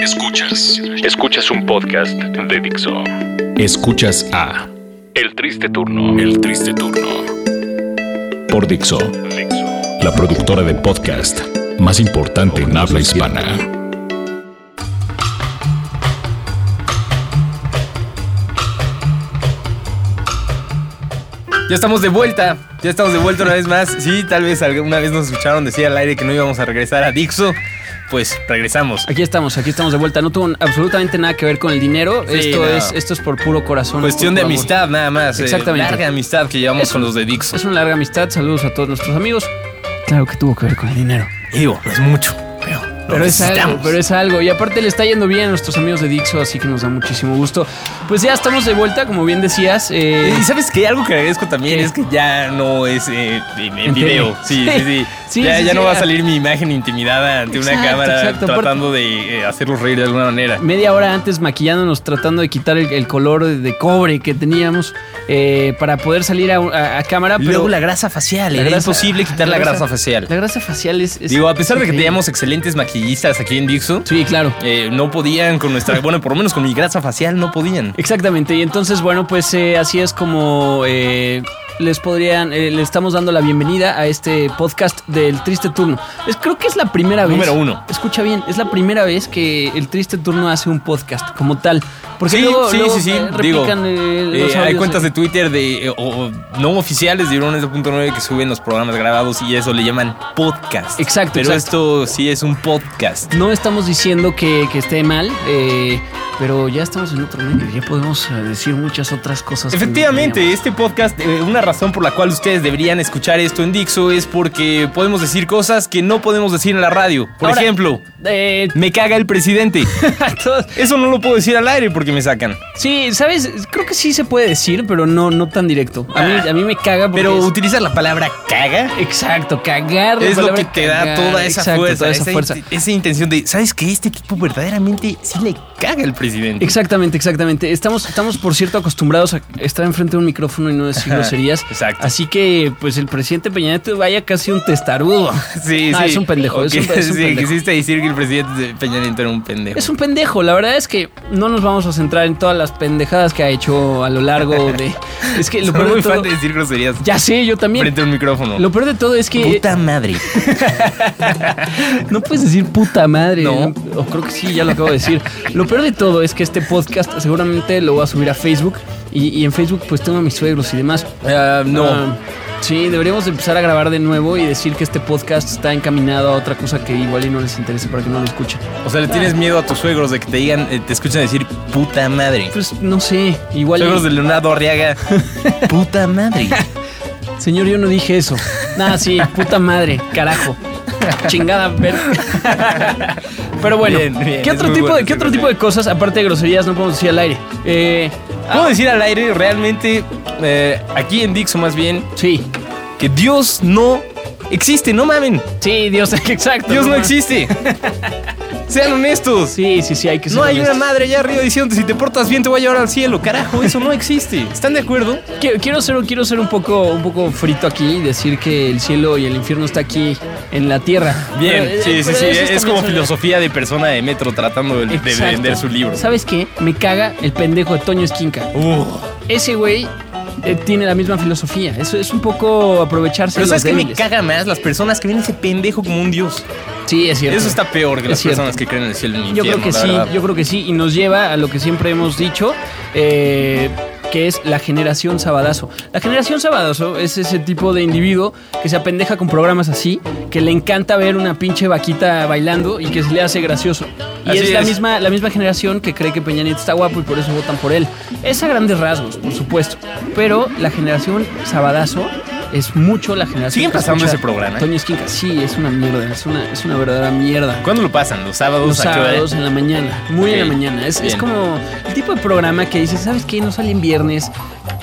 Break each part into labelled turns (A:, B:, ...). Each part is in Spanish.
A: Escuchas. Escuchas un podcast de Dixo. Escuchas a El Triste Turno. El Triste Turno. Por Dixo. La productora de podcast más importante en habla hispana.
B: Ya estamos de vuelta, ya estamos de vuelta una vez más. Sí, tal vez alguna vez nos escucharon decir al aire que no íbamos a regresar a Dixo. Pues regresamos.
C: Aquí estamos, aquí estamos de vuelta. No tuvo absolutamente nada que ver con el dinero.
B: Sí,
C: esto,
B: no.
C: es, esto es por puro corazón.
B: Cuestión
C: por
B: de
C: puro amor.
B: amistad nada más. eh,
C: Exactamente.
B: larga amistad que llevamos con los de Dixo.
C: Es una larga amistad. Saludos a todos nuestros amigos. Claro que tuvo que ver con el dinero.
B: Digo, no es mucho, pero, lo
C: Pero es, algo,
B: necesitamos.
C: pero es algo. Y aparte le está yendo bien a nuestros amigos de Dixo, así que nos da muchísimo gusto. Pues ya estamos de vuelta, como bien decías. eh,
B: Y sabes que algo que agradezco también
C: ¿Qué?
B: es que ya no es eh, en en
C: En
B: video.
C: tele.
B: Sí,
C: Sí.
B: sí, sí.
C: Sí,
B: ya
C: sí,
B: ya
C: sí,
B: no va a
C: ya.
B: salir mi imagen intimidada ante una
C: Exacto,
B: cámara
C: exacto,
B: tratando de eh, hacerlos reír de alguna manera.
C: media hora antes maquillándonos, tratando de quitar el, el color de, de cobre que teníamos eh, para poder salir a, a- a cámara.
B: Y
C: pero
B: luego la grasa facial.
C: la
B: Era
C: grasa-
B: imposible quitar la grasa facial.
C: La grasa facial es. es
B: Digo, a pesar de que
C: increíble.
B: teníamos excelentes maquillistas aquí en Dixo,
C: Sí, claro.
B: eh, no podían con nuestra. bueno, por lo menos con mi grasa facial no podían.
C: Exactamente, y entonces, bueno, pues eh, así es como eh, les podrían, eh, le estamos dando la bienvenida a este podcast del Triste Turno. Es, creo que es la primera vez.
B: Número uno.
C: Escucha bien, es la primera vez que el Triste Turno hace un podcast como tal. Porque
B: Sí,
C: luego,
B: sí,
C: luego,
B: sí, sí,
C: eh,
B: digo,
C: replican eh, los
B: Eh, hay
C: audios,
B: cuentas
C: eh.
B: de Twitter de eh, o- o no oficiales de Iron 9.9 que suben los programas grabados y eso le llaman podcast.
C: Exacto,
B: Pero
C: exacto.
B: esto sí es un podcast.
C: No estamos diciendo que, que esté mal, eh, pero ya estamos en otro medio, ya podemos eh, decir muchas otras cosas. que no
B: Efectivamente,
C: queríamos.
B: este podcast, eh, una razón por la cual ustedes deberían escuchar esto en Dixo es porque podemos decir cosas que no podemos decir en la radio. Por
C: Ahora-
B: ejemplo,
C: Eh,
B: me caga el presidente.
C: todos-
B: Eso no lo puedo decir al aire porque me sacan.
C: Sí, sabes, creo que sí se puede decir, pero no, no tan directo. A mí, a mí me caga porque
B: Pero
C: es-
B: utilizar la palabra caga
C: exacto, cagar. la
B: es lo que
C: palabra
B: te da
C: cagar,
B: toda esa
C: exacto,
B: fuerza,
C: toda esa,
B: esa,
C: fuerza.
B: in- esa intención de, ¿sabes que Este equipo verdaderamente sí le caga al presidente.
C: Exactamente, exactamente. Estamos, estamos, por cierto, acostumbrados a estar enfrente de un micrófono y no decir
B: Ajá,
C: groserías.
B: exacto.
C: Así que, pues, el presidente Peña Nieto vaya casi un testarudo.
B: Sí,
C: Ah,
B: sí.
C: es un pendejo, es un-
B: Ok,
C: es un
B: sí,
C: pendejo.
B: quisiste decir que el presidente Peña Nieto era un pendejo.
C: Es un pendejo. La verdad es que no nos vamos a centrar en todas las pendejadas que ha hecho a lo largo de. Es que lo
B: Soy
C: peor de
B: muy
C: todo-
B: fan de decir groserías
C: Ya sé, yo también.
B: frente a un micrófono.
C: Lo peor de todo es que.
B: Puta madre. Eh,
C: No puedes decir puta madre.
B: No.
C: O oh, creo que sí, ya lo acabo de decir. Lo peor de todo es que este podcast seguramente lo voy a subir a Facebook. Y, y en Facebook pues tengo a mis suegros y demás.
B: Ah, no.
C: Ah, sí, deberíamos de empezar a grabar de nuevo y decir que este podcast está encaminado a otra cosa que igual y no les interese para que no lo escuchen.
B: O sea, le
C: Ah.
B: tienes miedo a tus suegros de que te digan, eh, te escuchen decir puta madre.
C: Pues no sé, igual... y-
B: Suegros de Leonardo Arriaga. puta madre.
C: Señor, yo no dije eso. Nada, sí, puta madre, carajo. Chingada, ver. Pero bueno,
B: Bien, bien,
C: ¿qué
B: es
C: otro,
B: muy
C: tipo,
B: bueno
C: de, ¿qué
B: ese
C: otro tipo de cosas, aparte de groserías, no podemos decir al aire? Eh,
B: Puedo decir al aire, realmente, eh, aquí en Dixo más bien,
C: sí,
B: que Dios no existe, no mamen.
C: sí, Dios, exacto.
B: Dios no
C: mames.
B: existe. Sean honestos.
C: Sí, sí, sí, hay que ser
B: No hay una
C: honestos.
B: madre allá arriba diciendo si te portas bien te voy a llevar al cielo. Carajo, eso no existe. ¿Están de acuerdo?
C: Quiero, quiero ser, quiero ser un, poco, un poco frito aquí y decir que el cielo y el infierno está aquí en la tierra. Pero, eh,
B: sí, sí,
C: pero
B: sí.
C: eso
B: Es como
C: también son-
B: filosofía de persona de metro tratando de, de
C: Exacto.
B: vender su libro.
C: ¿Sabes qué? Me caga el pendejo de Toño Esquinca.
B: Uf.
C: ese güey eh, tiene la misma filosofía. Eso es un poco aprovecharse
B: Pero
C: de
B: ¿sabes
C: los
B: qué me
C: débiles.
B: caga más? Las personas que ven a ese pendejo como un dios.
C: Sí, es cierto.
B: Eso está peor que las
C: Es cierto.
B: personas que creen en el cielo y en el
C: yo creo
B: infierno,
C: que
B: la
C: sí,
B: verdad.
C: yo creo que sí. Y nos lleva a lo que siempre hemos dicho, eh, que es la generación sabadazo. La generación sabadazo es ese tipo de individuo que se apendeja con programas así, que le encanta ver una pinche vaquita bailando y que se le hace gracioso. Y
B: Así
C: es, La,
B: es.
C: misma, la misma generación que cree que Peña Nieto está guapo y por eso votan por él. Es a grandes rasgos, por supuesto. Pero la generación sabadazo... Es mucho la generación.
B: ¿Siguen
C: que
B: pasando
C: escucha
B: ese programa? ¿eh?
C: Toño Esquinca, sí, es una mierda, es una, es una verdadera mierda
B: ¿Cuándo lo pasan? ¿Los sábados?
C: los
B: ¿A qué hora?
C: sábados en la mañana, muy en
B: Ok,
C: la mañana. Es, es
B: bien.
C: como el tipo de programa que dices, ¿sabes qué? No sale en viernes,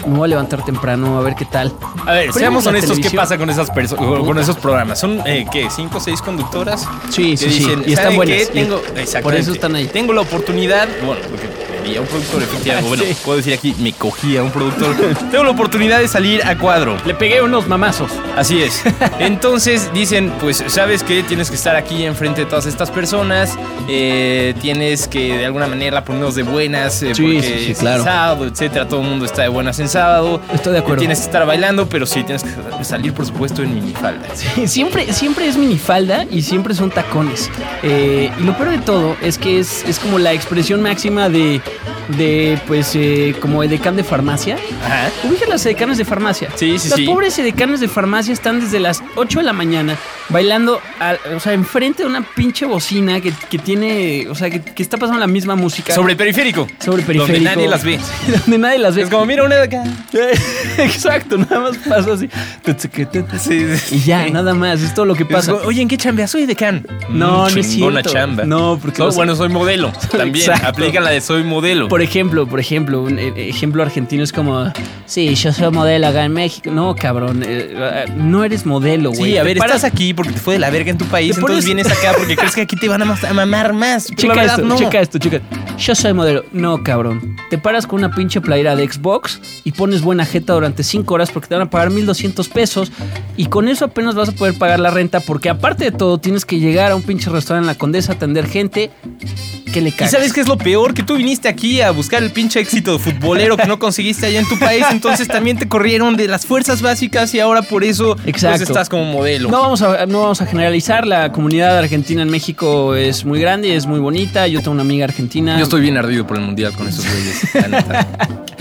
C: me voy a levantar temprano, a ver qué tal.
B: A ver,
C: Prendes
B: seamos
C: la
B: honestos, ¿qué
C: televisión.
B: pasa con esas perso- con esos programas? ¿Son eh, qué? ¿Cinco o seis conductoras?
C: Sí,
B: que
C: sí, sí.
B: dicen,
C: Y están
B: "¿Saben qué?
C: buenas. Y-
B: Tengo,
C: por
B: Exactamente.
C: eso están ahí.
B: Tengo la oportunidad, bueno, porque, y a un productor, efectivamente. Bueno, puedo decir aquí, me cogí a un productor. Tengo la oportunidad de salir a cuadro.
C: Le pegué unos mamazos.
B: Así es. Entonces dicen, pues, ¿sabes qué? Tienes que estar aquí enfrente de todas estas personas. eh, tienes que, de alguna manera, ponernos de buenas. eh,
C: Sí,
B: porque
C: sí, sí,
B: es
C: claro.
B: sábado, etcétera. Todo el mundo está de buenas en sábado.
C: Estoy de acuerdo.
B: Tienes que estar bailando, pero sí, tienes que salir, por supuesto, en minifalda.
C: Siempre, siempre es minifalda y siempre son tacones. Eh, y lo peor de todo es que es, es como la expresión máxima de, de pues, eh, como edecán de farmacia.
B: Ajá.
C: Ubican las edecanes de farmacia.
B: Sí, sí,
C: Las
B: sí.
C: pobres edecanes de farmacia están desde las 8 de la mañana bailando, al- o sea, enfrente de una pinche bocina que, que tiene, o sea, que, que está pasando la misma música.
B: Sobre el periférico.
C: sobre periférico.
B: Donde nadie las ve.
C: donde nadie las ve.
B: Es como, mira, una de acá.
C: Exacto, nada más pasa así.
B: Sí, sí.
C: Y ya, nada más, es todo lo que pasa.
B: Oye, ¿en qué chambea? Soy de Can.
C: No, no es
B: Chingona
C: cierto.
B: chamba.
C: No, porque
B: No,
C: los-
B: bueno, soy modelo. También.
C: Exacto.
B: Aplican la de soy modelo.
C: Por ejemplo, por ejemplo, un eh, ejemplo argentino es como, sí, yo soy modelo acá en México. No, cabrón, eh, eh, no eres modelo, güey.
B: sí, a
C: Te
B: ver,
C: paras-
B: estás aquí porque te fue de la verga en tu país,
C: Te
B: entonces
C: pones-
B: vienes acá porque crees que aquí te van a, mas- a mamar más. Pero la
C: Checa
B: verdad,
C: esto,
B: no.
C: checa esto, checa. Yo soy modelo. No, cabrón. Te paras con una pinche playera de Xbox y pones buena jeta durante 5 horas porque te van a pagar 1200 pesos y con eso apenas vas a poder pagar la renta porque aparte de todo tienes que llegar a un pinche restaurante en la Condesa, atender gente que le
B: ¿Y
C: cagas.
B: sabes qué es lo peor? Que tú viniste aquí a buscar el pinche éxito futbolero que no conseguiste allá en tu país, entonces también te corrieron de las fuerzas básicas y ahora por eso pues,
C: Exacto.
B: estás como modelo.
C: No vamos, a, no vamos a generalizar, la comunidad argentina en México es muy grande, es muy bonita, yo tengo una amiga argentina.
B: Yo estoy bien ardido por el mundial con esos güeyes, la neta.